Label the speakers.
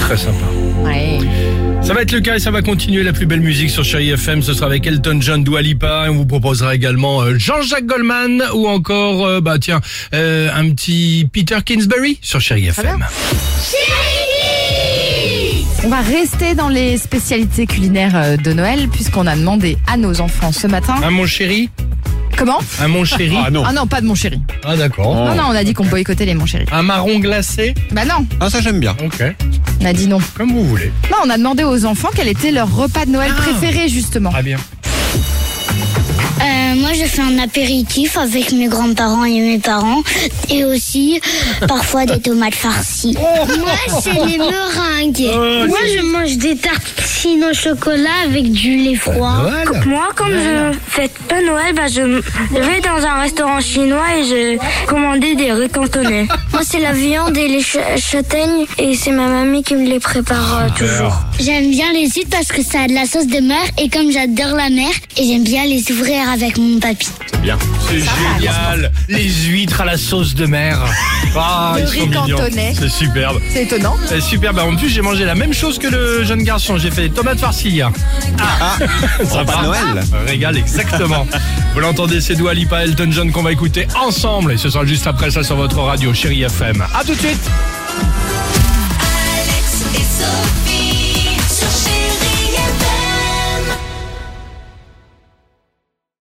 Speaker 1: Très sympa.
Speaker 2: Ouais.
Speaker 1: Ça va être le cas et ça va continuer la plus belle musique sur Chérie FM. Ce sera avec Elton John, Dua Lipa. Et on vous proposera également euh, Jean-Jacques Goldman ou encore, euh, bah tiens, euh, un petit Peter Kingsbury sur Chérie FM.
Speaker 2: On va rester dans les spécialités culinaires euh, de Noël puisqu'on a demandé à nos enfants ce matin.
Speaker 1: Un mon chéri,
Speaker 2: Comment
Speaker 1: un mon chéri.
Speaker 3: Ah non.
Speaker 2: Ah non, pas de mon chéri.
Speaker 1: Ah, d'accord.
Speaker 2: Non, non, on a dit qu'on boycottait les mon chéri.
Speaker 3: Oh.
Speaker 1: Un marron glacé.
Speaker 2: Bah non,
Speaker 3: Ah ça j'aime bien.
Speaker 1: Ok,
Speaker 2: on a dit non.
Speaker 1: comme vous voulez.
Speaker 2: Non, on a demandé aux enfants quel était leur repas de Noël préféré justement.
Speaker 1: Très Ah, bien.
Speaker 4: Euh, moi, je fais un apéritif avec mes grands-parents et mes parents, et aussi parfois des tomates farcies. moi, c'est les meringues. moi, je mange des tartines au chocolat avec du lait froid.
Speaker 1: Noël.
Speaker 5: Moi, quand je fête pas Noël, bah, je vais dans un restaurant chinois et je commandais des riz cantonais.
Speaker 4: Moi, c'est la viande et les châtaignes, et c'est ma mamie qui me les prépare euh, toujours. J'aime bien les huîtres parce que ça a de la sauce de mer, et comme j'adore la mer, et j'aime bien les ouvrir avec mon papy.
Speaker 1: C'est génial. Les huîtres à la sauce de mer. Ah,
Speaker 2: Le
Speaker 1: ils sont
Speaker 2: riz
Speaker 1: mignons.
Speaker 2: cantonais.
Speaker 1: C'est superbe.
Speaker 2: C'est étonnant.
Speaker 1: C'est superbe. En plus, j'ai mangé la même chose que le jeune garçon. J'ai fait Ah. des tomates farcies hier.
Speaker 3: Ah. Repas de Noël.
Speaker 1: Régal, Euh, exactement. Vous l'entendez, c'est Dua Lipa, Elton John qu'on va écouter ensemble. Et ce sera juste après ça sur votre radio, Chérie FM. À tout de suite.